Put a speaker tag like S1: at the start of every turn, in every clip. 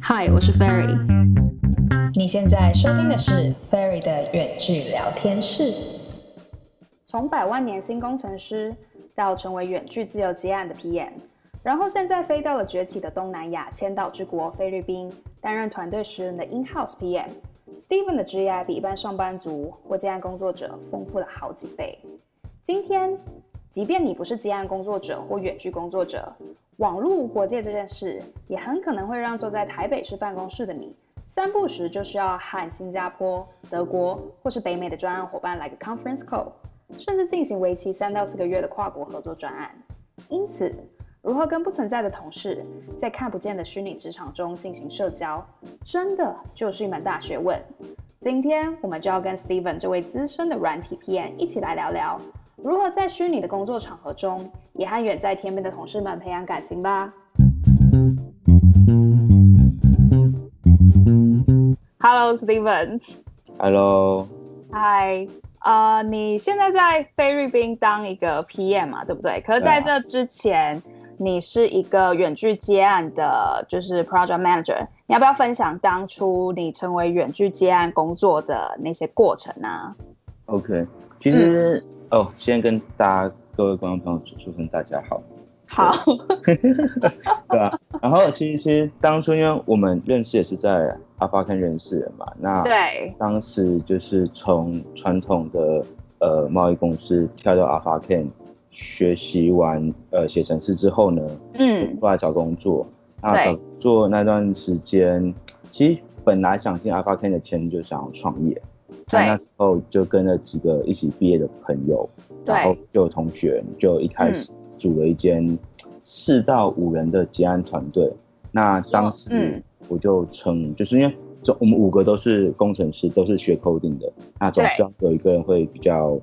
S1: 嗨，我是 Ferry。
S2: 你现在收听的是 Ferry 的远距聊天室。
S3: 从百万年薪工程师到成为远距自由接案的 PM，然后现在飞到了崛起的东南亚千岛之国菲律宾，担任团队十人的 in-house PM。Steven 的职业比一般上班族或接案工作者丰富了好几倍。今天，即便你不是接案工作者或远距工作者，网络无国界这件事也很可能会让坐在台北市办公室的你，三不时就是要和新加坡、德国或是北美的专案伙伴来个 conference call，甚至进行为期三到四个月的跨国合作专案。因此，如何跟不存在的同事在看不见的虚拟职场中进行社交，真的就是一门大学问。今天我们就要跟 Steven 这位资深的软体 PM 一起来聊聊，如何在虚拟的工作场合中，也和远在天边的同事们培养感情吧。Hello，Steven，
S4: Hello，
S3: 嗨，呃，你现在在菲律宾当一个 PM 嘛，对不对？啊可是在
S4: 对
S3: 这之前，你是一个远距接案的，就是 project manager。你要不要分享当初你成为远距接案工作的那些过程啊？
S4: OK，其实、哦，先跟大家各位观众朋友说声大家好，
S3: 好，
S4: 对吧、然后其实其实当初因为我们认识也是在阿巴坑认识的嘛，那
S3: 对，
S4: 当时就是从传统的呃贸易公司跳到 Alpha Can，学习完呃写程式之后呢，
S3: 嗯，
S4: 出来找工作。那
S3: 对
S4: 找工作那段时间，其实本来想进 Alpha Can 的前就想要创业，
S3: 对
S4: 那那时候就跟了几个一起毕业的朋友，
S3: 对
S4: 然后就有同学就一开始组了一间四到五人的结案团队。那当
S3: 嗯
S4: 时我就成，就是因为这我们五个都是工程师，都是学 coding 的，那总是要有一个人会比较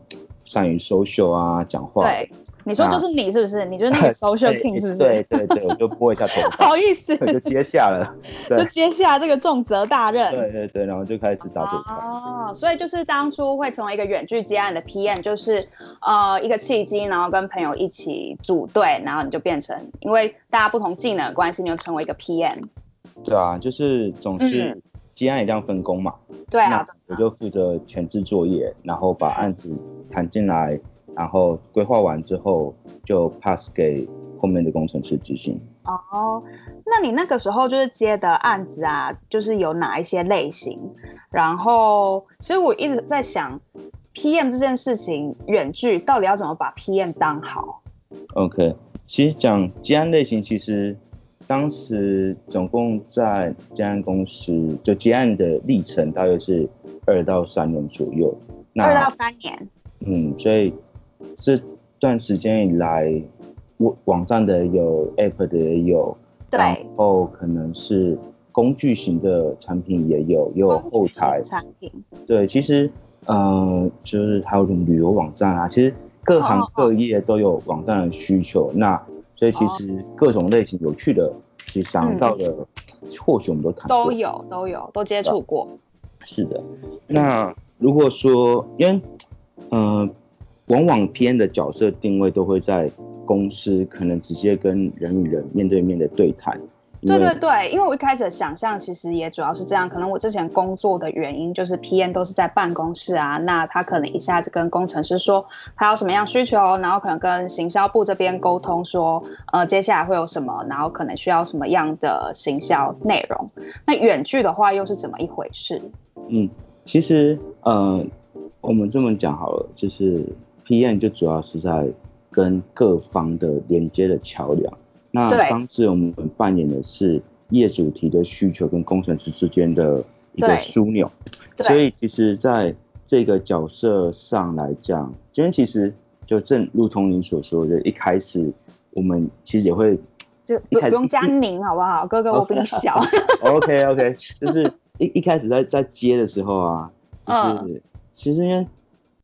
S4: 善于 social 啊，讲话。
S3: 对，你说就是你是不是？你就是 那个 social
S4: 对
S3: king 是不是？
S4: 哎对对对，我就拨一下头发，
S3: 好意 思，
S4: 我就接下 了。
S3: 就接下这个重责大任。
S4: 对对对，然后就开始打嘴炮。
S3: 哦，所以就是当初会成为一个远距接案的 PM，就是呃一个契机，然后跟朋友一起组队，然后你就变成因为大家不同技能的关系，你就成为一个 PM。
S4: 对啊，就是总是
S3: 嗯
S4: 接案也这样分工嘛。
S3: 对啊，
S4: 那我就负责前置作业，然后把案子谈进来，然后规划完之后就 pass 给后面的工程师执行。
S3: 哦，那你那个时候就是接的案子啊，就是有哪一些类型？然后其实我一直在想，PM 这件事情，远距到底要怎么把 PM 当好？
S4: OK，其实讲接案类型，其实当时总共在接案公司就接案的历程大约是二到三年左右。那
S3: 二到三年，
S4: 嗯，所以这段时间以来，我网站的也有，app 的也有，然
S3: 对，
S4: 后可能是工具型的产品也有，也有后台。
S3: 产品，
S4: 对，其实呃，就是还有什么旅游网站啊，其实各行各业都有网站的需求。那所以其实各种类型有趣的，其实想到的，或许我们都谈过啊
S3: 都有都有都接触过。
S4: 是的，那如果说，因为，呃，往往 PM 的角色定位都会在公司，可能直接跟人与人面对面的对谈。因
S3: 对
S4: 为
S3: 对对，因为我一开始的想象其实也主要是这样，可能我之前工作的原因就是 PM 都是在办公室啊，那他可能一下子跟工程师说他有什么样需求，然后可能跟行销部这边沟通说，呃，接下来会有什么，然后可能需要什么样的行销内容。那远距的话又是怎么一回事？
S4: 嗯，其实，呃，我们这么讲好了，就是 PM 就主要是在跟各方的连接的桥梁。那
S3: 对
S4: 当时我们扮演的是业主提的需求跟工程师之间的一个
S3: 对
S4: 枢纽。
S3: 对
S4: 所以其实在这个角色上来讲，今天其实就正如同你所说的，一开始我们其实也会
S3: 就
S4: 一
S3: 不不
S4: 开始
S3: 用加您好不好？哥哥我 比你小，
S4: OK OK，就是一一开始在在接的时候啊，
S3: 嗯
S4: 就是、其实因为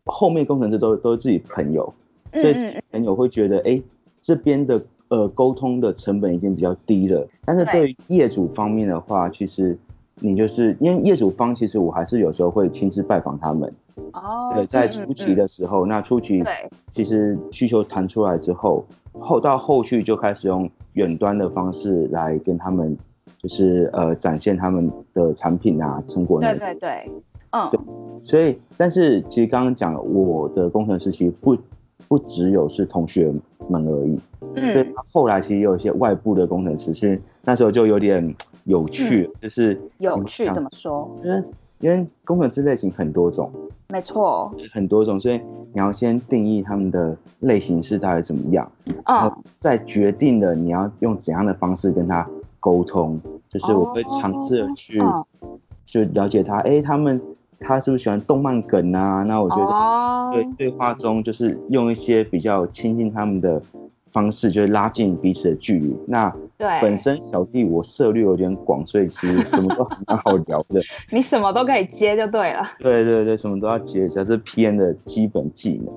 S4: 后面工程师都都是自己朋友，
S3: 嗯
S4: 所以
S3: 嗯嗯
S4: 朋友会觉得，哎、这边的呃沟通的成本已经比较低了。但是
S3: 对
S4: 对于业主方面的话，其实你就是因为业主方，其实我还是有时候会亲自拜访他们。
S3: 哦，
S4: 对，在
S3: 嗯
S4: 初期，的时候，那初期
S3: 嗯嗯对
S4: 其实需求谈出来之后，后到后续就开始用远端的方式来跟他们就是呃展现他们的产品啊、成果那
S3: 对
S4: 些。
S3: 对对，嗯
S4: 对所以，但是其实刚刚讲了，我的工程师其实不不只有是同学们而已，所以
S3: 嗯，
S4: 后来其实也有一些外部的工程师，是那时候就有点有趣，就是
S3: 嗯有趣
S4: 想
S3: 怎么说？
S4: 因为因为工程师类型很多种，
S3: 没错，
S4: 很多种，所以你要先定义他们的类型是到底怎么样，然后
S3: 嗯
S4: 再决定了你要用怎样的方式跟他沟通。就是我会尝试地去、
S3: 哦
S4: 去了解他，哎、他们他是不是喜欢动漫梗啊？那我觉得
S3: 哦，
S4: 对对话中，就是用一些比较亲近他们的方式，就是拉近彼此的距离。那
S3: 对，
S4: 本身小弟我涉猎有点广，所以其实什么都还蛮好聊 的。
S3: 你什么都可以接就对了。
S4: 对对对，什么都要接一下，这是 PN 的基本技能。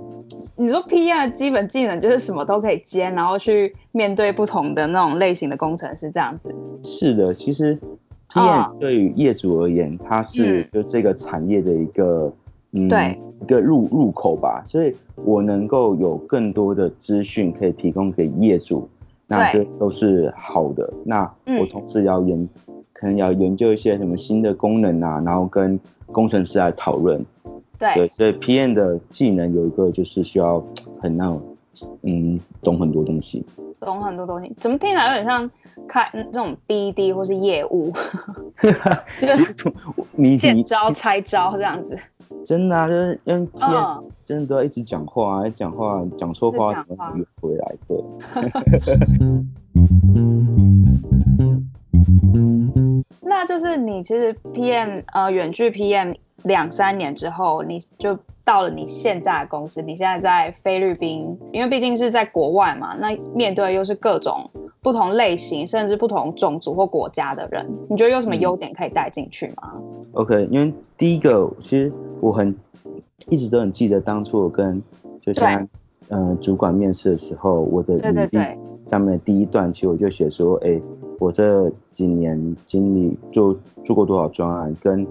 S3: 你说 PR 基本技能就是什么都可以接，然后去面对不同的那种类型的工程师这样子。
S4: 是的，其实
S3: 啊
S4: PN 对于业主而言，它是
S3: 嗯
S4: 就这个产业的一个嗯
S3: 对
S4: 一个入入口吧，所以我能够有更多的资讯可以提供给业主，那这
S3: 对
S4: 都是好的。那
S3: 嗯
S4: 我同时要研，可能要研究一些什么新的功能啊，然后跟工程师来讨论。
S3: 对，
S4: 对，所以 PM 的技能有一个就是需要很那种，嗯，懂很多东西。
S3: 懂很多东西，怎么听起来有点像开嗯这种 BD 或是业务， 就是
S4: 其实我你
S3: 见
S4: 你
S3: 招拆招这样子。
S4: 真的啊，就是因为 PM
S3: 嗯，
S4: 真的都要一直讲话、啊，一讲话讲错话
S3: 一直讲
S4: 怎
S3: 话
S4: 么约回来？对，
S3: 那就是你其实 PM 呃远距 PM 两三年之后，你就到了你现在的公司，你现在在菲律宾，因为毕竟是在国外嘛，那面对又是各种不同类型，甚至不同种族或国家的人，你觉得有什么
S4: 嗯
S3: 优点可以带进去吗？
S4: OK，因为第一个，其实我很一直都很记得当初我跟就像嗯、呃主管面试的时候，我的
S3: 对对
S4: 履
S3: 对
S4: 历上面的第一段，其实我就写说，哎、我这几年经历做做过多少专案，跟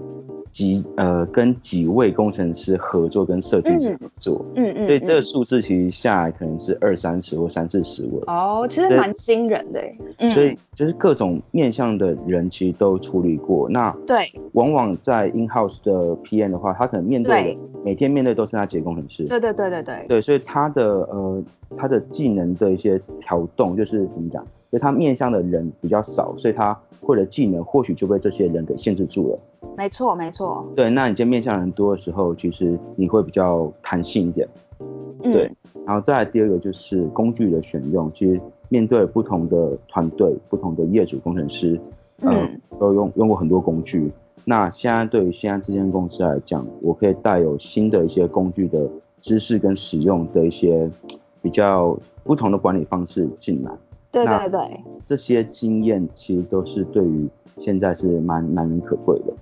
S4: 几呃跟几位工程师合作跟设计师
S3: 嗯
S4: 合作，
S3: 嗯嗯，
S4: 所以
S3: 嗯
S4: 这个数字其实下来可能是二三十或三四十位。
S3: 哦，其实
S4: 所以
S3: 蛮惊人的耶，嗯，
S4: 所以就是各种面向的人其实都处理过，那
S3: 对
S4: 往往在 in house 的 PM 的话，他可能面对
S3: 对
S4: 的每天面对都是他结工程师，
S3: 对对对对对，
S4: 对，所以他的呃他的技能的一些调动，就是怎么讲，就他面向的人比较少，所以他会的技能或许就被这些人给限制住了。
S3: 没错没错，
S4: 对，那你今天面向人多的时候，其实你会比较弹性一点。
S3: 嗯
S4: 对然后再来第二个就是工具的选用，其实面对不同的团队、不同的业主工程师，呃、
S3: 嗯
S4: 都用用过很多工具。那现在对于现在这间公司来讲，我可以带有新的一些工具的知识跟使用的一些比较不同的管理方式进来，
S3: 对
S4: 那
S3: 对对。
S4: 这些经验其实都是对于现在是蛮难能可贵的。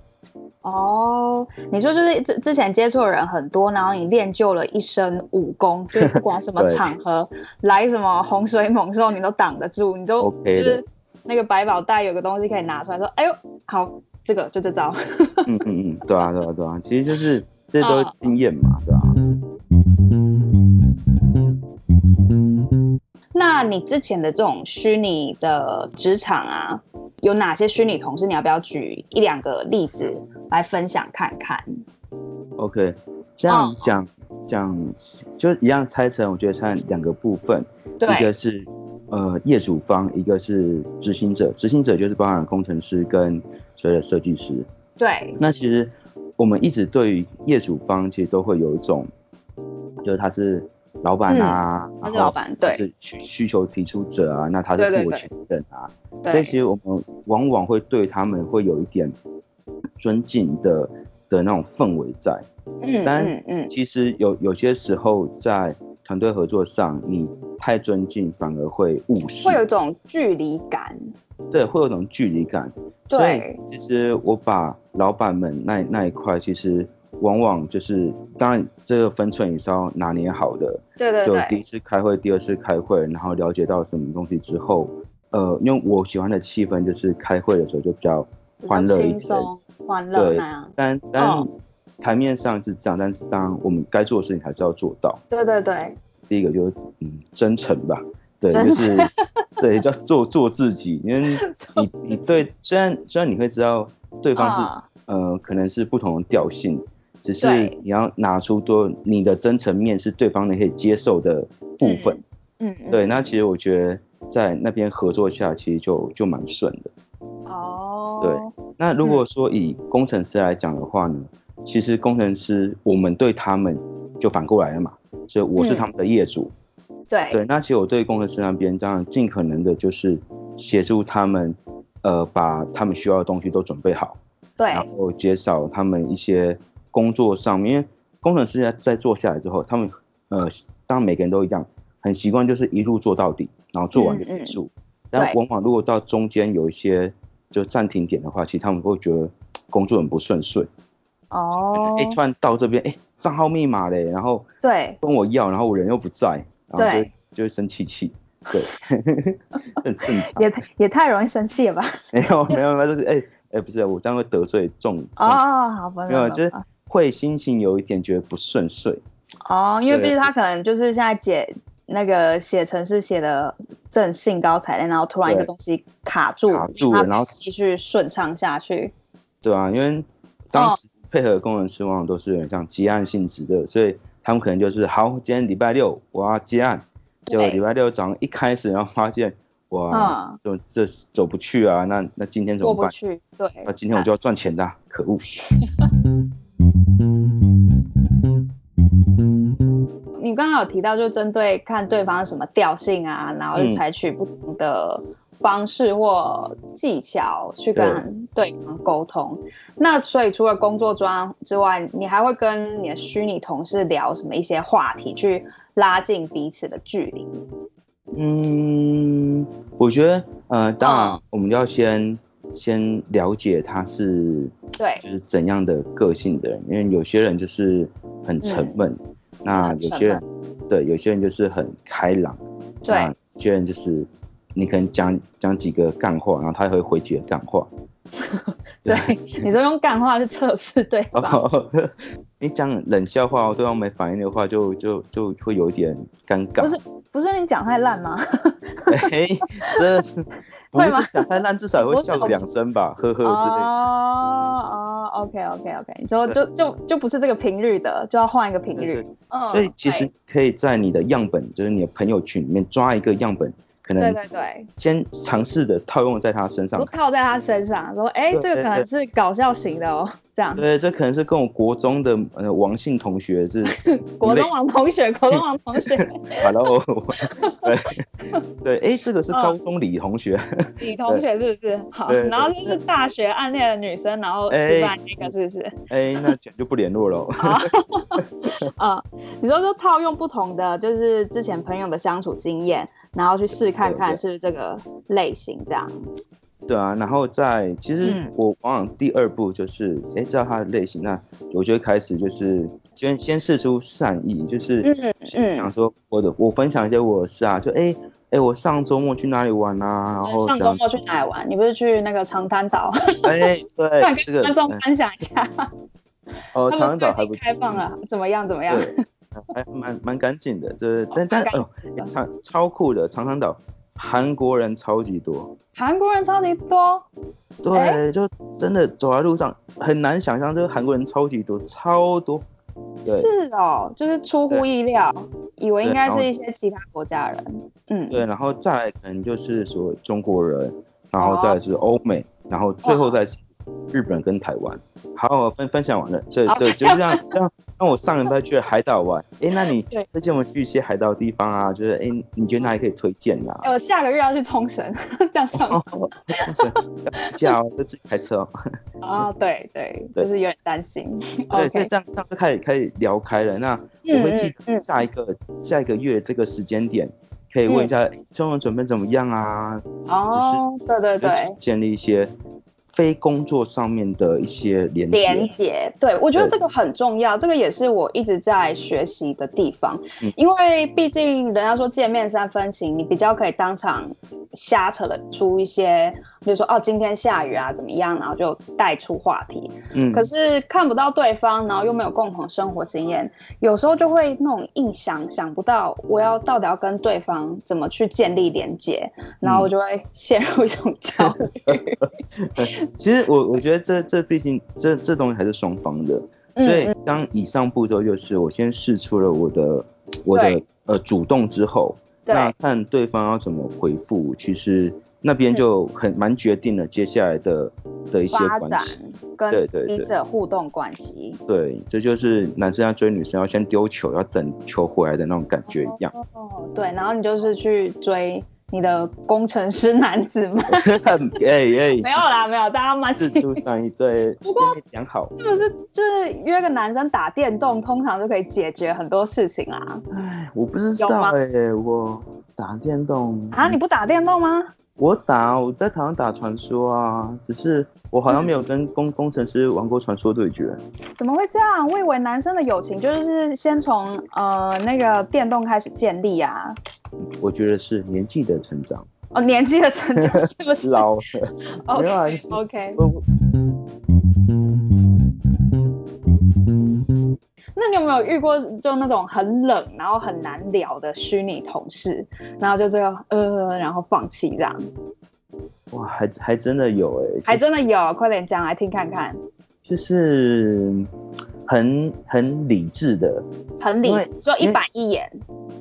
S3: 哦，你说就是之之前接触的人很多，然后你练就了一身武功，就是不管什么
S4: 对
S3: 场合来什么洪水猛兽，你都挡得住，你都
S4: OK
S3: 就
S4: 的
S3: 是那个百宝袋有个东西可以拿出来说，哎呦，好，这个就这招。
S4: 嗯嗯嗯，对啊对啊对啊，其实就是这些都是
S3: 嗯
S4: 经验嘛，对吧、啊？
S3: 那你之前的这种虚拟的职场啊，有哪些虚拟同事？你要不要举一两个例子来分享看看？
S4: OK，这样
S3: 嗯
S4: 讲讲、就一样拆成，我觉得拆成两个部分，一
S3: 对
S4: 个是呃业主方，一个是执行者。执行者就是包含工程师跟所有的设计师。
S3: 对，
S4: 那其实我们一直对于业主方，其实都会有一种，就是他是老板啊，
S3: 嗯他
S4: 然
S3: 是
S4: 后
S3: 老板，对
S4: 他是需需求提出者啊，那他是
S3: 对对
S4: 负我
S3: 对
S4: 权任啊，所以其
S3: 对，
S4: 实我们往往会对他们会有一点尊敬的的那种氛围在。
S3: 嗯
S4: 当然
S3: 嗯嗯，
S4: 其实有有些时候在团队合作上，你太尊敬反而会误事
S3: 会，有一种距离感，
S4: 对，会有种距离感。所以
S3: 对，
S4: 其实我把老板们那那一块，其实往往就是，当然这个分寸也是要拿捏好的。
S3: 对对
S4: 就
S3: 对，
S4: 第一次开会，第二次开会，然后了解到什么东西之后，呃，因为我喜欢的气氛就是开会的时候就比较欢乐一
S3: 轻
S4: 点，
S3: 松、欢乐
S4: 对
S3: 那样。，
S4: 但但
S3: 嗯
S4: 台面上是这样，但是当然我们该做的事情还是要做到。
S3: 对对对，
S4: 第一个就是嗯真诚吧，对，
S5: 真
S4: 就是 对，叫做做自己，因为你你对虽然虽然你会知道对方是、
S5: 啊
S4: 呃可能是不同的调性，只是
S5: 对
S4: 你要拿出多你的真诚面是对方可以接受的部分。
S5: 嗯，嗯
S4: 对，那其实我觉得在那边合作下，其实就就蛮顺的。
S5: 哦，
S4: 对那如果说以工程师来讲的话呢，其实工程师我们对他们就反过来了嘛，所以我是
S5: 嗯
S4: 他们的业主。
S5: 对
S4: 对，那其实我对工程师那边当然尽可能的就是协助他们，呃，把他们需要的东西都准备好，
S5: 对
S4: 然后减少他们一些工作上面，因为工程师在在做下来之后，他们呃，当然每个人都一样，很习惯就是一路做到底，然后做完就
S5: 嗯嗯
S4: 结束。但往往如果到中间有一些就暂停点的话，其实他们会觉得工作很不顺遂。
S5: 哦
S4: 哎、，突然到这边，哎、账号密码嘞，然后
S5: 对
S4: 跟我要，然后我人又不在，然后就
S5: 对
S4: 就会生气气，对， 这很正常。
S3: 也也太容易生气了吧？
S4: 没有没有没有，就是哎哎，不是，我这样会得罪众。众
S3: 哦，好吧，
S4: 没有，
S3: 不
S4: 就是会心情有一点觉得不顺遂。
S3: 哦，因为
S4: 对
S3: 毕竟他可能就是现在解那个写程式写的正兴高采烈，然后突然一个
S4: 对
S3: 东西卡住，
S4: 卡住了
S3: 让它
S4: 然后
S3: 继续顺畅下去。
S4: 对啊，因为当时配合的工程师往往都是有点像接案性质的，所以他们可能就是好，今天礼拜六我要接案，结果
S3: 对嗯
S4: 礼拜六早上一开始，然后发现哇，就这走不去啊，那那今天怎
S3: 过
S4: 么
S3: 不
S4: 办？
S3: 去，对，
S4: 那今天我就要赚钱的啊、可恶！
S3: 你刚刚有提到，就针对看对方是什么调性啊，然后就
S4: 嗯
S3: 采取不同的方式或技巧去跟对方沟通。那所以除了工作装之外，你还会跟你的虚拟同事聊什么一些话题，去拉近彼此的距离？
S4: 嗯，我觉得呃，当然
S3: 嗯
S4: 我们要先先了解他是
S3: 对，
S4: 就是怎样的个性的人，因为有些人就是很沉闷，那
S3: 很沉
S4: 有
S3: 闷
S4: 些人对，有些人就是很开朗，
S3: 对
S4: 那有些人就是你可能讲讲几个干话，然后他会回几个干话，
S3: 对， 你说用干话去测试对方，
S4: 哦，你讲冷笑话，对方没反应的话就，就就会有一点尴尬。
S3: 不是不是你讲太烂吗？
S4: 哎、这不
S3: 会吗
S4: 是讲太烂，至少也
S3: 我
S4: 会
S3: 懂
S4: 笑两声吧，呵呵之类的。
S3: 哦哦，OK
S4: 嗯
S3: OK OK，你说就就就不是这个频率的，就要换一个频
S4: 对
S3: 率
S4: 对。
S3: 嗯
S4: 所以其实可以在你的样本，就是你的朋友群里面抓一个样本，可
S3: 对
S4: 能
S3: 对对，
S4: 先尝试的套用在他身上
S3: 都。套在他身上，说哎、
S4: 对
S3: 这个可能是搞笑型的哦，这样。
S4: 对，这可能是跟我国中的呃王姓同学是
S3: 国中王同学，国中王同 学，
S4: ，Hello，对对，哎，这个
S3: 哦
S4: 是高中李同学，
S3: 李同学是不是？好，
S4: 对对
S3: 然后这是大学暗恋的女生，然后
S4: 哎
S3: 失败那个是不是？
S4: 哎，那就就不联络了哦。
S3: 啊、你说就套用不同的，就是之前朋友的相处经验，然后去试看看
S4: 对对
S3: 是不是这个类型这样。
S4: 对啊，然后再其实
S3: 嗯
S4: 我往往第二步就是，哎、知道他的类型，那我就会开始就是先先试出善意，就是
S3: 嗯嗯
S4: 想说我的我分享一些我的事啊，就哎哎、诶我上周末去哪里玩啊，然后
S3: 呃上
S4: 这
S3: 周
S4: 样
S3: 末去哪里玩？你不是去那个长滩岛？
S4: 哎、对这
S3: 跟
S4: 个
S3: 观众
S4: 嗯
S3: 分享一下，
S4: 哦
S3: 他
S4: 长
S3: 们
S4: 安岛还
S3: 最
S4: 不
S3: 近开放了，怎么样？怎么样？
S4: 对，还蛮蛮干净的，就是但但
S3: 蛮干
S4: 哦，诶超超酷的长滩岛，韩国人超级多，
S3: 韩国人超级多，
S4: 对，
S3: 诶
S4: 就真的走在路上很难想象，就是韩国人超级多，超多，对。
S3: 是哦，就是出乎
S4: 对
S3: 意料，以为应
S4: 对
S3: 该
S4: 然后
S3: 是一些其他国家人。嗯，
S4: 对，然后再来可能就是所谓中国人，然后再来是欧美，然后最后再是日本跟台湾。好，我哦分分享完了，所以
S3: 好
S4: 所以就是这样，像像我上礼拜去了海岛玩，哎，那你
S3: 对
S4: 推荐我们去一些海岛的地方啊？就是哎，诶你觉得哪里可以推荐 呐、
S3: 哎，我下个月要去冲绳， 这样算吗
S4: 哦， 要自驾哦，就自己开车哦。
S3: 啊？对对，
S4: 对
S3: 就是有点担心。
S4: 对，所以
S3: OK，嗯
S4: 这样这样就开始开始聊开了。那我会记得下一个下一个月这个时间点，可以问一下诶中文准备怎么样啊？
S3: 哦，对对
S4: 就
S3: 对，
S4: 建立一些非工作上面的一些连接。
S3: 连接，对我觉得
S4: 对
S3: 这个很重要，这个也是我一直在学习的地方
S4: 嗯，
S3: 因为毕竟人家说见面三分情，你比较可以当场瞎扯了出一些，比如说哦今天下雨啊怎么样，然后就带出话题。
S4: 嗯，
S3: 可是看不到对方，然后又没有共同生活经验，有时候就会那种硬想想不到我要到底要跟对方怎么去建立连接，然后我就会陷入一种焦
S4: 嗯
S3: 虑。
S4: 其实我我觉得这这毕竟这这东西还是双方的，所以
S3: 嗯
S4: 当以上步骤就是我先试出了我的我的
S3: 对
S4: 呃主动之后，
S3: 对
S4: 那看对方要怎么回复，其实那
S3: 嗯
S4: 边就很蛮决定了接下来的的一些
S3: 发
S4: 关
S3: 展
S4: 系。对
S3: 跟
S4: 对对
S3: 彼此的互动关系。
S4: 对，这就是男生要追女生要先丢球，要等球回来的那种感觉一样。
S3: 哦，对，然后你就是去追你的工程师男子们，
S4: 哎
S3: 没
S4: 哎，
S3: 有啦，没有，大家蛮
S4: 自
S3: 喜
S4: 助上一对，
S3: 不过
S4: 今天讲好，
S3: 是不是就是约个男生打电动，通常就可以解决很多事情啦？
S4: 我不知
S3: 有吗
S4: 道哎、我打电动
S3: 啊，你不打电动吗？
S4: 我打我在台上打传说啊，只是我好像没有跟工工程师玩过传说对决。
S3: 怎么会这样？我以为男生的友
S4: 嗯
S3: 情就是先从呃那个电动开始建立啊。
S4: 我觉得是年纪的成长，
S3: 哦，年纪的成 长是不是
S4: 老了。没有啊
S3: ？OK
S4: 是
S3: OK，
S4: 我我
S3: 那你有没有遇过就那种很冷然后很难聊的虚拟同事，然后就这个呃，然后放弃这样？
S4: 哇，还还真的有哎、
S3: 还真的有，快点讲来听看看，
S4: 就是很很理智的，
S3: 很理
S4: 因为
S3: 智，就一
S4: 因为
S3: 板一眼，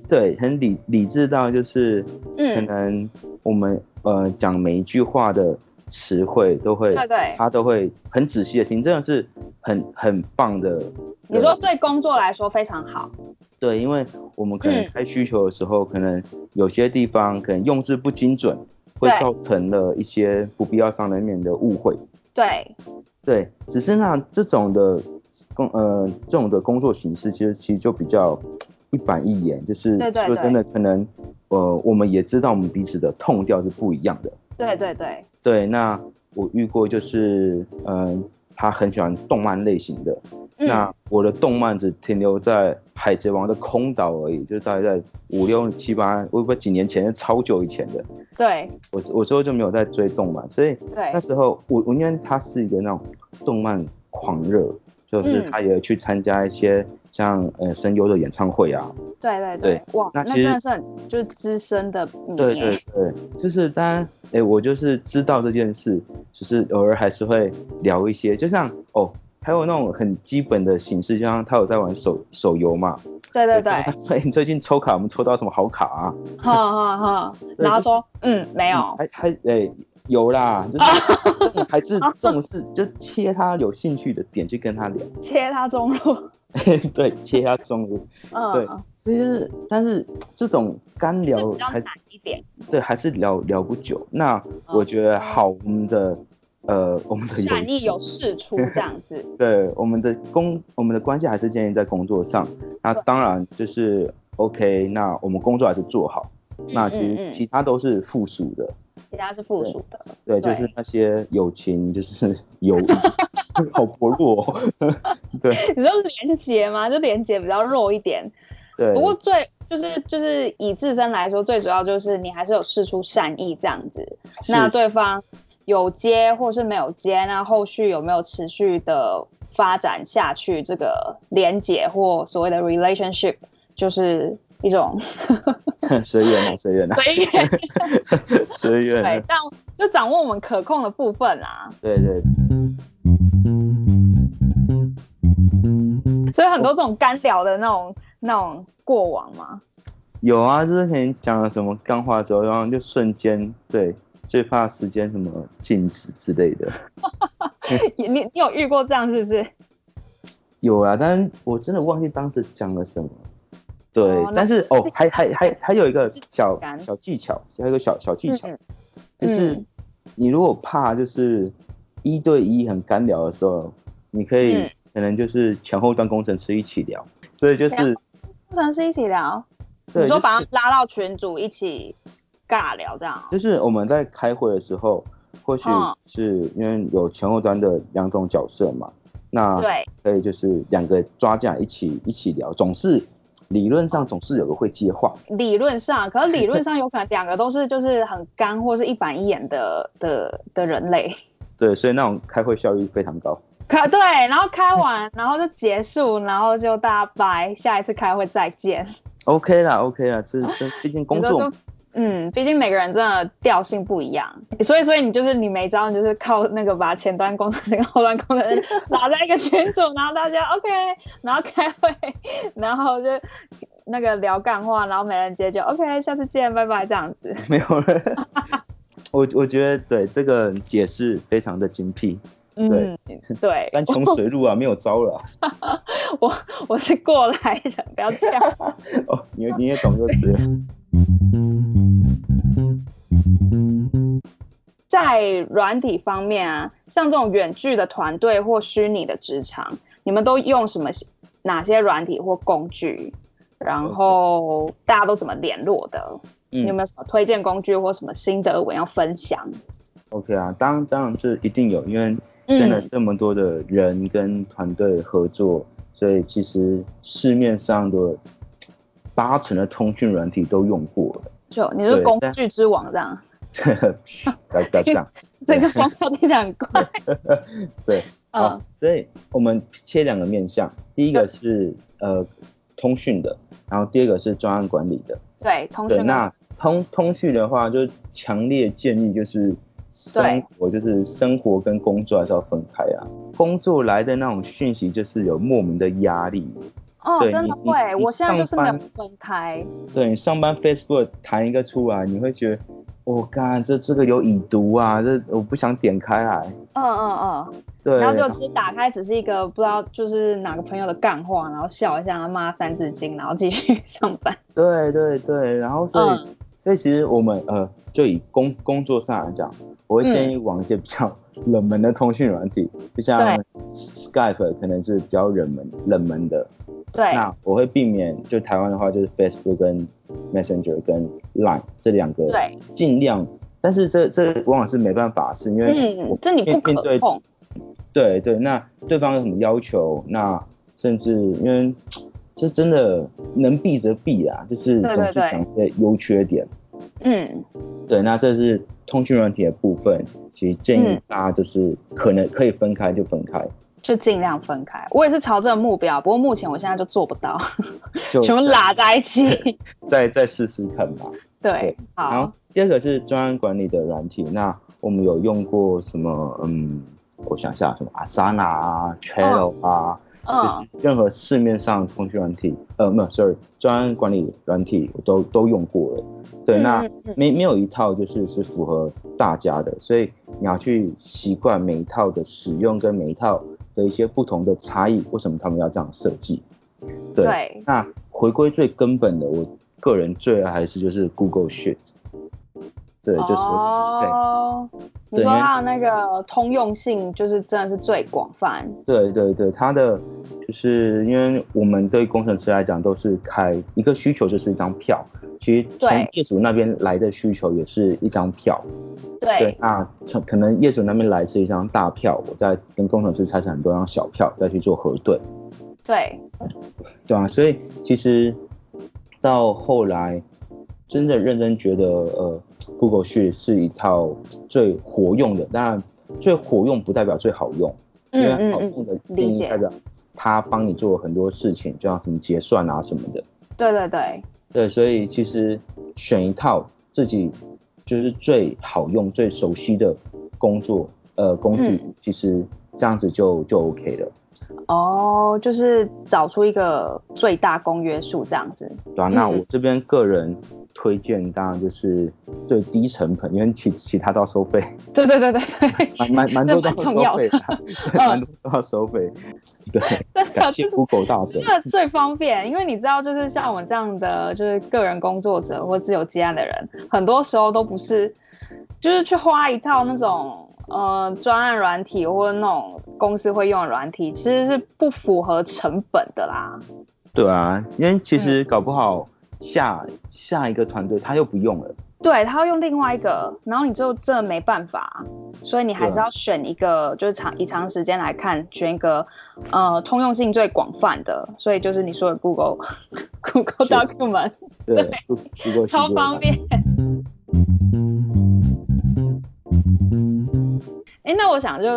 S4: 对，很理理智到就是可
S3: 嗯，
S4: 能我们呃讲每一句话的词汇都会，
S3: 对对。
S4: 他都会很仔
S3: 嗯
S4: 细的听，真的是很很棒的。
S3: 你说对工作来说非常好，
S4: 对，因为我们可能
S3: 嗯
S4: 开需求的时候，可能有些地方可能用字不精准，会
S3: 对
S4: 造成了一些不必要上难免的误会。
S3: 对，
S4: 对，只是那这种的工呃这种的工作形式，其实其实就比较一板一眼，就是
S3: 对对
S4: 说
S3: 对
S4: 真的，可能呃我们也知道我们彼此的痛调是不一样的。
S3: 对对对，
S4: 对，那我遇过就是嗯、呃他很喜欢动漫类型的，
S3: 嗯，
S4: 那我的动漫只停留在《海贼王》的空岛而已，就是大概在五六七八，我也不知道几年前，超久以前的。
S3: 对
S4: 我我之后就没有再追动漫，所以
S3: 对
S4: 那，时候我我因为他是一个那种动漫狂热，就是
S3: 嗯
S4: 他也去参加一些像呃声优的演唱会啊，
S3: 对对对，哇，那
S4: 那其实
S3: 真的是很就是资深的你
S4: 对
S3: 耶
S4: 对对，就是当然，哎、我就是知道这件事，就是偶尔还是会聊一些，就像哦，还有那种很基本的形式，就像他有在玩手手游嘛，
S3: 对对
S4: 他
S3: 对，
S4: 说哎你最近抽卡，我们抽到什么好卡啊？
S3: 哈哈哈，然后说嗯没有，
S4: 还还诶、有啦，就是 还
S3: 啊
S4: 是重视，就切他有兴趣的点去跟他聊，
S3: 切他中路，
S4: 对，切他中路。对
S3: 嗯，
S4: 所以就是，但是这种干聊
S3: 就比较
S4: 还
S3: 难嗯
S4: 是
S3: 一点，
S4: 对，还是聊聊不久。那我觉得好，我们的呃，我们的友
S3: 善意有事 出这样子，
S4: 对我们的工，我们的关系还是建立在工作上。那
S3: 对
S4: 当然就是 OK，那我们工作还是做好。那其
S3: 嗯嗯
S4: 实其他都是附属的，
S3: 其他是附属的，
S4: 对，
S3: 对
S4: 就是那些友情，就是 友谊，好薄弱、哦。对
S3: 你说连接吗？就连接比较弱一点，
S4: 对，
S3: 不过最就是就是以自身来说，最主要就是你还是有试出善意这样子。
S4: 是
S3: 那对方有接或是没有接，那后续有没有持续的发展下去？这个连结或所谓的 relationship，就是一 种
S4: 随缘啊，随缘啊，
S3: 随缘
S4: 随缘
S3: 对
S4: 啊，，
S3: 但就掌握我们可控的部分啊。
S4: 对对
S3: 所以很多这种干聊的那种那种过往嘛，
S4: 有啊，之前讲了什么干话的时候，然后就瞬间对，最怕时间什么静止之类的。
S3: 你你你有遇过这样是不是？
S4: 有啊，但是我真的忘记当时讲了什么。对，
S3: 哦那
S4: 但是哦，还还还还有一个小
S3: 感
S4: 小技巧，还有一个小小技巧，
S3: 嗯
S4: 就是
S3: 嗯
S4: 你如果怕就是一对一很干聊的时候，你可以、
S3: 嗯
S4: 可能就是前后端工程师一起聊，所以就是
S3: 工程师一起聊，
S4: 对，
S3: 你说
S4: 就是
S3: 把他拉到群组一起尬聊这样哦？
S4: 就是我们在开会的时候，或许
S3: 嗯
S4: 是因为有前后端的两种角色嘛，那
S3: 对
S4: 可以就是两个抓架一起一起聊，总是理论上总是有个会接话，
S3: 理论上，可是理论上有可能两个都是就是很干或是一板一眼的 的的人类。
S4: 对，所以那种开会效率非常高。
S3: 可对，然后开完，然后就结束，然后就大家拜，下一次开会再见。
S4: OK 啦，OK 啦，这这毕竟工
S3: 你
S4: 作
S3: 说说嗯，毕竟每个人真的调性不一样，所以所以你就是你没招，你就是靠那个把前端工程师跟后端工程师打在一个群组，然后大家 OK，然后开会，然后就那个聊干话，然后没人接就 OK，下次见，拜拜这样子。
S4: 没有了。我我觉得对这个解释非常的精辟，
S3: 嗯，对，
S4: 山穷水路啊，没有招了啊、
S3: 我我是过来人，不要这样。
S4: 哦，你你也懂就是了。
S3: 在软体方面啊，像这种远距的团队或虚拟的职场，你们都用什么哪些软体或工具？然后大家都怎么联络的？你有
S4: 嗯
S3: 没有什么推荐工具或什么心得文要分享？
S4: ，OK 啊，当然当然这一定有，因为真的
S3: 嗯
S4: 这么多的人跟团队合作，所以其实市面上的八成的通讯软体都用过了。
S3: 就你是
S4: 对
S3: 工
S4: 但
S3: 具之王这样，
S4: 嘘不要不要这样，
S3: 这个风潮听起来很快。
S4: 对，好
S3: 嗯，
S4: 所以我们切两个面向，第一个是呃通讯的，然后第二个是专案管理的。
S3: 对，通
S4: 对，
S3: 讯
S4: 那通通讯的话，就强烈建议就是生活，就是生活跟工作还是要分开啊。工作来的那种讯息，就是有莫名的压力。
S3: 哦，
S4: 对
S3: 真的
S4: 你你
S3: 会，
S4: 你
S3: 我现在就是没有
S4: 上
S3: 分开。
S4: 对你上班 Facebook 弹一个出来，你会觉得，我、哦、干这这个有已读啊，这我不想点开来。
S3: 嗯嗯嗯，
S4: 对，
S3: 然后就只打开只是一个不知道就是哪个朋友的干话，然后笑一下，然后骂三字经，然后继续上 班。
S4: 对对对，然后所以、
S3: 嗯
S4: 所以其实我们呃，就以工工作上来讲，我会
S3: 嗯
S4: 建议往一些比较 冷门的通讯软体，就像 Skype 可能是比较冷门冷门的。
S3: 对，
S4: 那我会避免，就台湾的话就是 Facebook 跟 Messenger 跟 Line 这两个，
S3: 对，
S4: 尽量。但是这这往往是没办法，是因为我
S3: 嗯，这你不可
S4: 面对
S3: 控。
S4: 对对，那对方有什么要求，那甚至因为这真的能避则避啊，就是
S3: 对对
S4: 总是
S3: 对
S4: 讲一些优缺点。
S3: 嗯，
S4: 对，那这是通讯软体的部分，其实建议
S3: 嗯
S4: 大家就是可能可以分开就分开，
S3: 就尽量分开。我也是朝这个目标，不过目前我现在就做不到，
S4: 就
S3: 全部拉在一 起。
S4: 再再试试看吧。
S3: 对
S4: 对，然后
S3: 好，
S4: 第二个是专案管理的软体，那我们有用过什么？嗯，我想一下，什么 Asana 啊、Trello 啊，
S3: 嗯，
S4: 就是任何市面上通讯软体，呃，没有，sorry，专案管理软体我都都用过了。对，那
S3: 嗯嗯
S4: 没没有一套就是是符合大家的，所以你要去习惯每一套的使用跟每一套的一些不同的差异，为什么他们要这样设计？对，
S3: 对
S4: 那回归最根本的，我个人最爱还是就是 Google Sheet，对，就是 Excel，、
S3: 哦，你
S4: 对
S3: 说
S4: 因为
S3: 它的那个通用性就是真的是最广泛。
S4: 对对对，它的就是因为我们对工程师来讲都是开一个需求就是一张票，其实从
S3: 对
S4: 业主那边来的需求也是一张票。对
S3: 对，，
S4: 那可可能业主那边来是一张大票，我再跟工程师拆成很多张小票，再去做核对，
S3: 对，
S4: 对啊，所以其实到后来，真的认真觉得，呃，Google Sheet 是一套最活用的，当然最活用不代表最好用，
S3: 嗯
S4: 因为哦
S3: 嗯
S4: 好
S3: 嗯，
S4: 用的
S3: 理
S4: 定义
S3: 解
S4: 代表它帮你做很多事情，就像什么结算啊什么的，
S3: 对对对，
S4: 对，所以其实选一套自己就是最好用、最熟悉的工作呃工具，
S3: 嗯
S4: 其实这样子就就 OK 了，
S3: 哦，就是找出一个最大公约数这样子。
S4: 对吧、啊那
S3: 嗯
S4: 我这边个人推荐，当然就是最低成本，因为其其他都要收费，
S3: 对对对对对，
S4: 蛮蛮蛮
S3: 这
S4: 多都
S3: 蛮重
S4: 要
S3: 要的嗯
S4: 收费的，对蛮多都要收费。 对，
S3: 真的
S4: 感
S3: 就
S4: 谢
S3: 是
S4: Google 大神。
S3: 这个最方便，因为你知道，就是像我这样的，就是个人工作者或自由接案的人，很多时候都不是，就是去花一套那种呃专案软体或者那种公司会用的软体，其实是不符合成本的啦。嗯
S4: 对啊，因为其实搞不好下、下一个团队他又不用了，
S3: 对他要用另外一个，然后你就真的没办法，所以你还是要选一个，就是长以长时间来看，选一个呃通用性最广泛的，所以就是你说的 Google Google
S4: 是
S3: Document
S4: 对，不不过
S3: 超方便。哎，那我想就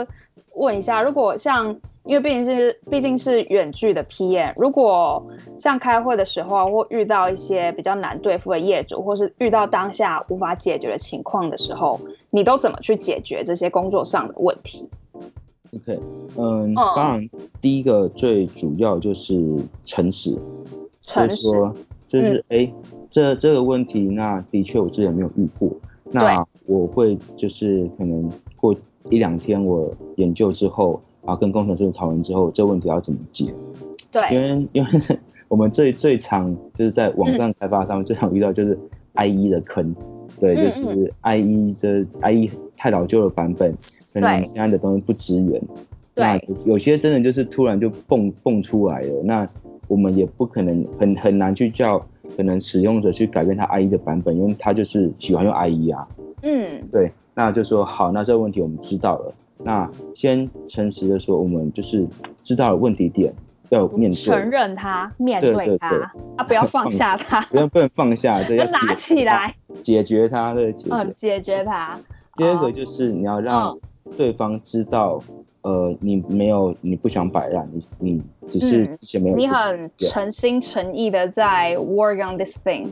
S3: 问一下，如果像因为毕竟是毕竟是远距的 PM，如果像开会的时候啊或遇到一些比较难对付的业主，或是遇到当下无法解决的情况的时候，你都怎么去解决这些工作上的问题？
S4: OK，嗯，
S3: 哦
S4: 当然第一个最主要就是诚实，
S3: 诚
S4: 就是
S3: 实，嗯
S4: 说，就是哎、诶这这个问题，那的确我之前没有遇过，那我会就是可能过一两天我研究之后，啊，跟工程师讨论之后，这问题要怎么解？因
S3: 对，
S4: 为因为我们最最常就是在网站开发上面最常遇到就是 IE 的坑，对，
S3: 嗯
S4: 就是 E， IE 这 IE 太老旧的版本，可能
S3: 对
S4: 现在的东西不支援。
S3: 对
S4: 那有些真的就是突然就蹦蹦出来了，那我们也不可能很很难去叫可能使用者去改变他 IE 的版本，因为他就是喜欢用 IE 啊。
S3: 嗯，
S4: 对，那就说好，那这个问题我们知道了，那先诚实的说，我们就是知道了问题点，要有面对，
S3: 承认他，面
S4: 对
S3: 对
S4: 对
S3: 他，
S4: 对
S3: 啊，不要放下他，
S4: 不要不能 放下，对，要
S3: 要拿
S4: 解
S3: 起来，
S4: 解决它，对，解决。
S3: 嗯，解决他。
S4: 第二个
S3: 哦
S4: 就是你要让
S3: 嗯
S4: 对方知道，呃，你没有，你不想摆烂，你你只是
S3: 嗯
S4: 之前没有做
S3: 你
S4: 这件事，
S3: 很诚心诚意的在 work on this thing，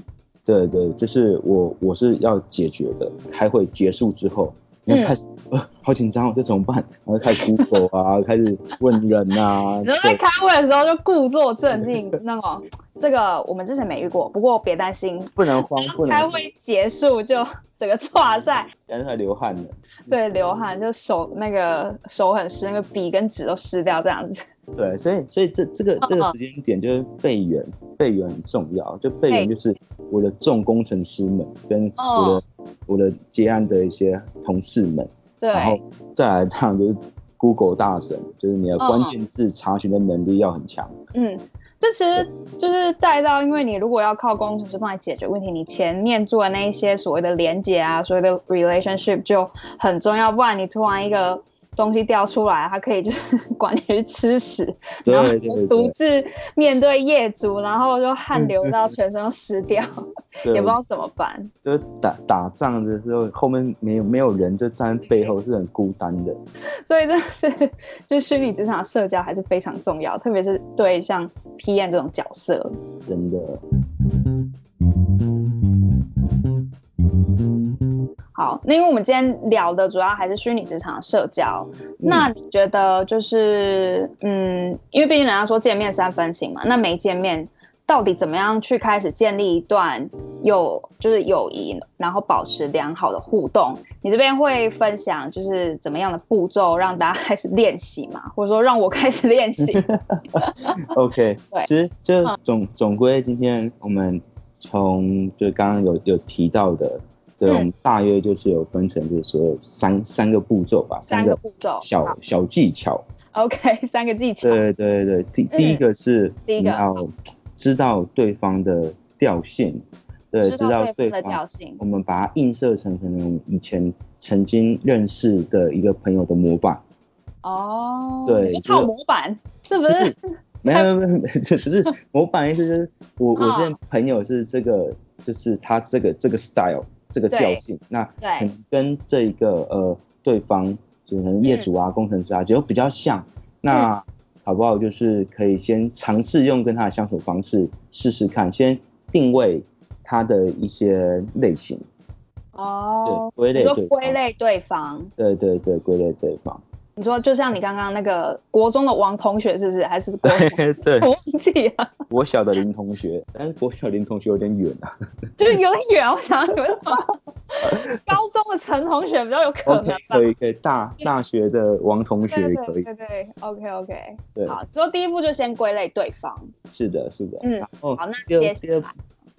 S4: 对对，这是我我是要解决的。开会结束之后，你
S3: 嗯
S4: 要开始、呃，好紧张哦，这怎么办？然后开始 Google 啊，开始问人啊，
S3: 你就在
S4: 对
S3: 开会的时候就故作镇定，那种 这个我们之前没遇过，不过别担心，
S4: 不能慌，不能
S3: 开
S4: 慌，
S3: 会结束就整个哇塞，
S4: 然后流汗了。
S3: 对，流汗就手那个手很湿，那个笔跟纸都湿掉这样子，
S4: 对，所以所以这这
S3: 嗯
S4: 个这个时间点就是备援，备援很重要。就备
S3: 备
S4: 援就是我的众工程师们跟
S3: 哦
S4: 我的、我的接案的一些同事们，然后
S3: 对，
S4: 再来当然就是 Google 大神，就是你的
S3: 嗯
S4: 关键字查询的能力要很强。
S3: 嗯。这其实就是带到，因为你如果要靠工程师帮你解决问题，你前面做的那一些所谓的连接啊，所谓的 relationship 就很重要，不然你突然一个东西掉出来，它可以就是 管你去吃屎，然后
S4: 对对
S3: 独
S4: 对嗯
S3: 自面对业主，然后就汗流到全身都湿 掉，
S4: 对，
S3: 也不知道怎么办。
S4: 就是打打仗的时候，后面没有没有人，就站在背后是很孤单的。
S3: 所以这是就虚拟职场社交还是非常重要，特别是对像 PM 这种角色。
S4: 真的，
S3: 好，那因为我们今天聊的主要还是虚拟职场社交，
S4: 嗯
S3: 那你觉得就是嗯，因为毕竟人家说见面三分情嘛，那没见面到底怎么样去开始建立一段有就是友谊，然后保持良好的互动？你这边会分享就是怎么样的步骤让大家开始练习嘛，或者说让我开始练 习？
S4: OK，
S3: 对
S4: 其实就
S3: 嗯
S4: 总总归今天我们从就刚刚有有提到的，对，
S3: 嗯
S4: 我们大约就是有分成就是所有三三个步骤吧，
S3: 三
S4: 个
S3: 个步骤
S4: 小小技巧。
S3: ，OK，三个技巧，
S4: 对对对，第
S3: 嗯
S4: 第一个是
S3: 第一
S4: 你
S3: 个
S4: 要知道对方的调性，对，知道
S3: 对
S4: 对
S3: 方的调
S4: 方。
S3: 性
S4: 我，们把它映射成可能我们以前曾经认识的一个朋友的模板，
S3: 哦，
S4: 对
S3: 你说
S4: 就是
S3: 套模板是不
S4: 就是是？没有没有没有，就只是我本意思就是我我之前朋友是这个，就是他这个这个 style 这个调性，那可
S3: 对
S4: 能跟这一个呃对方就是可能业主啊、工程师啊，觉得比较像，那好不好？就是可以先尝试用跟他的相处方式试试看，先定位他的一些类型，
S3: 哦
S4: 对，，归
S3: 你
S4: 类
S3: 说
S4: 对
S3: 归
S4: 方，
S3: 类对方，
S4: 对对对，归类对方，
S3: 你说就像你刚刚那个国中的王同学是不是？还是国中？
S4: 对对
S3: 我，忘记了，
S4: 国小的林同学，但是国小林同学有点远啊。
S3: 就是有点远。我想你们怎 么高中的陈同学比较有可
S4: OK，
S3: 能吧
S4: 可？以可以，大大学的王同学
S3: 对
S4: 也可
S3: 对
S4: 以，
S3: 对对，OK OK，
S4: 对，
S3: 好，之后第一步就先归类对方，
S4: 是的，是的。
S3: 嗯
S4: 然后
S3: 好那
S4: 第二
S3: 接
S4: 第
S3: 下
S4: 二
S3: 来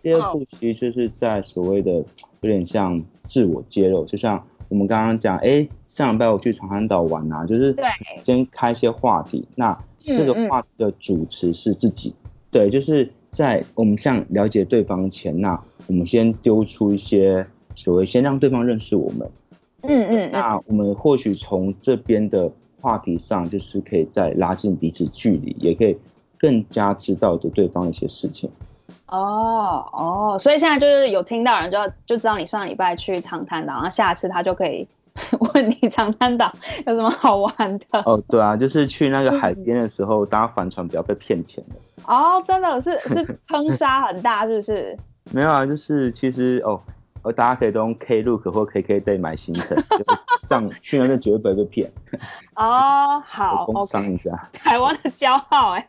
S4: 第
S3: 嗯
S4: 二步其实就是在所谓的有点像自我揭露，就像我们刚刚讲，哎，上礼拜我去长滩岛玩啊，就是
S3: 对
S4: 先开一些话题，那
S3: 嗯
S4: 这个
S3: 嗯
S4: 话题的主持是自己，对，就是在我们像了解对方前，那我们先丢出一些所谓先让对方认识我们。
S3: 嗯嗯嗯，
S4: 那我们或许从这边的话题上，就是可以再拉近彼此距离，也可以更加知道的对方一些事情。
S3: 哦哦，所以现在就是有听到人就就知道你上礼拜去长滩岛，然后下次他就可以 问你长滩岛有什么好玩的。
S4: 哦，对啊，就是去那个海边的时候，搭帆船不要被骗钱了。
S3: 哦，真的 是是坑杀很大，是不是？
S4: 没有啊，就是其实哦，呃，大家可以都用 Klook 或 KKday 买行程，就上去那边绝对不会被 骗。
S3: 哦， 好
S4: 工商
S3: ，OK，
S4: 一下，
S3: 台湾的骄傲哎、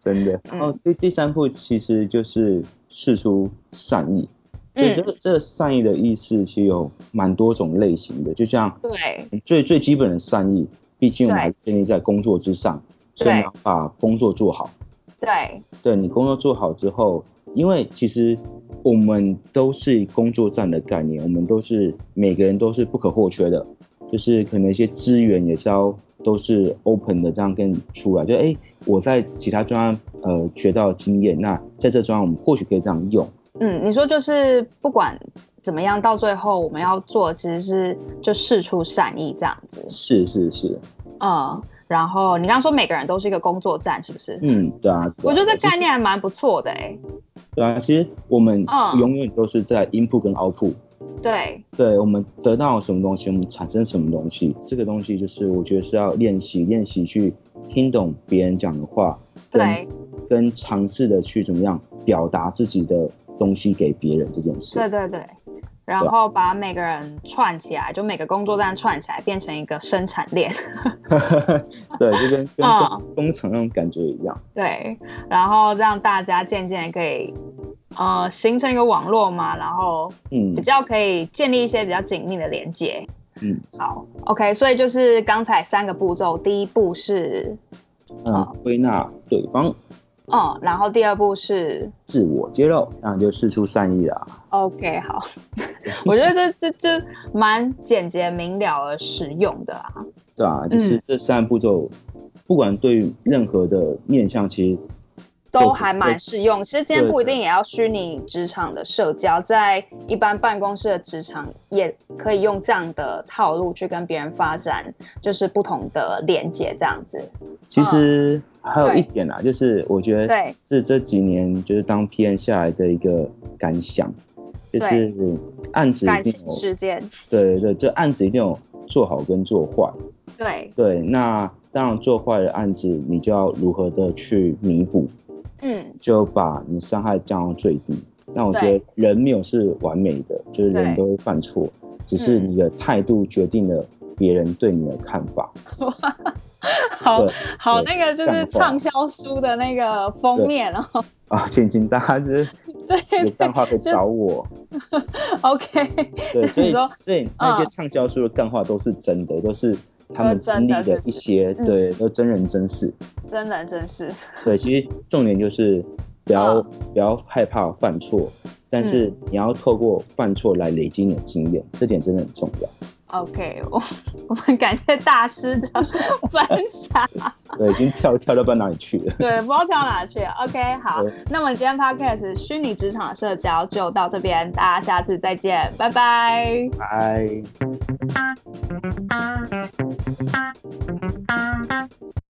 S4: 真的。
S3: 嗯
S4: 哦，第第三步其实就是试出善意。对，这
S3: 嗯，
S4: 个这个善意的意思其实有蛮多种类型的，就像
S3: 对，
S4: 最最基本的善意，毕竟我们
S3: 对
S4: 还是建立在工作之上，所以你
S3: 对
S4: 要把工作做好。
S3: 对，
S4: 对你工作做好之后，因为其实我们都是工作站的概念，我们都是每个人都是不可或缺的，就是可能一些资源也是要都是 open 的，这样跟你出来，就哎、诶我在其他专案呃学到的经验，那在这专案我们或许可以这样用。
S3: 嗯，你说就是不管怎么样，到最后我们要做的其实是就试出善意这样子，
S4: 是是是，
S3: 嗯，然后你刚刚说每个人都是一个工作站，是不是？
S4: 嗯，对啊，对啊
S3: 我觉得这
S4: 就是
S3: 概念还蛮不错的哎、
S4: 对啊，其实我们
S3: 嗯
S4: 永远都是在 input 跟 output，、
S3: 对，
S4: 对我们得到什么东西，我们产生什么东西，这个东西就是我觉得是要练习练习去听懂别人讲的话，跟
S3: 对，
S4: 跟尝试的去怎么样表达自己的东西给别人这件 事嗯
S3: 对，对对，然后把每个人串起来，就每个工作站串起来，变成一个生产链。
S4: 对，就跟跟
S3: 嗯
S4: 工工厂那种感觉一样，
S3: 对，然后让大家渐渐可以呃形成一个网络嘛，然后
S4: 嗯
S3: 比，较可以建立一些比较紧密的连接。
S4: 嗯，
S3: 好，OK，所以就是刚才三个步骤，第一步是
S4: 嗯，归纳对方
S3: 嗯，然后第二步是
S4: 自我揭露，那你就试出善意啦，
S3: OK，好， 我觉得这这这蛮简洁明了而实用的啊。
S4: 对啊，就是这三步骤，不管对于任何的面向，其实
S3: 都还蛮适用。其实今天
S4: 对
S3: 不一定也要虚拟职场的社交，在一般办公室的职场也可以用这样的套路去跟别人发展，就是不同的连接这样子。
S4: 其实还有一点啊，就是我觉得
S3: 嗯对
S4: 是这几年就是当 P N 下来的一个感想，就是案子
S3: 感
S4: 一定
S3: 性
S4: 哦有
S3: 之间，
S4: 对对对，这案子一定有做好跟做坏。
S3: 对，
S4: 对，那当然做坏的案子，你就要如何的去弥补，
S3: 嗯，
S4: 就把你伤害降到最低。那我觉
S3: 对
S4: 得人没有是完美的，就是人
S3: 对
S4: 都会犯错，只是
S3: 嗯
S4: 你的态度决定了别人对你的看法。
S3: 好
S4: 对
S3: 好，
S4: 对
S3: 那个就是
S4: 干话
S3: 畅销书的那个封面哦，
S4: 啊，请请大家 就是
S3: 对
S4: 有
S3: 对
S4: 干话可以找我。
S3: ，OK，
S4: 对，所以
S3: 你说嗯
S4: 所以那些畅销书的干话都是真的，都是他们经历的一些，
S3: 都真的是不是嗯
S4: 对，都真人真事。
S3: 真人真事，
S4: 对，其实重点就是不要、
S3: 嗯
S4: 不要害怕犯错，但是你要透过犯错来累积你的经验，这点真的很重要。
S3: OK，我我们感谢大师的 分享。
S4: 对，已经跳跳到不知道哪里去了。
S3: 对，不知道跳哪去了。OK，好
S4: 对，
S3: 那么今天 Podcast 虚拟职场社交就到这边，大家下次再见，拜拜。
S4: 拜。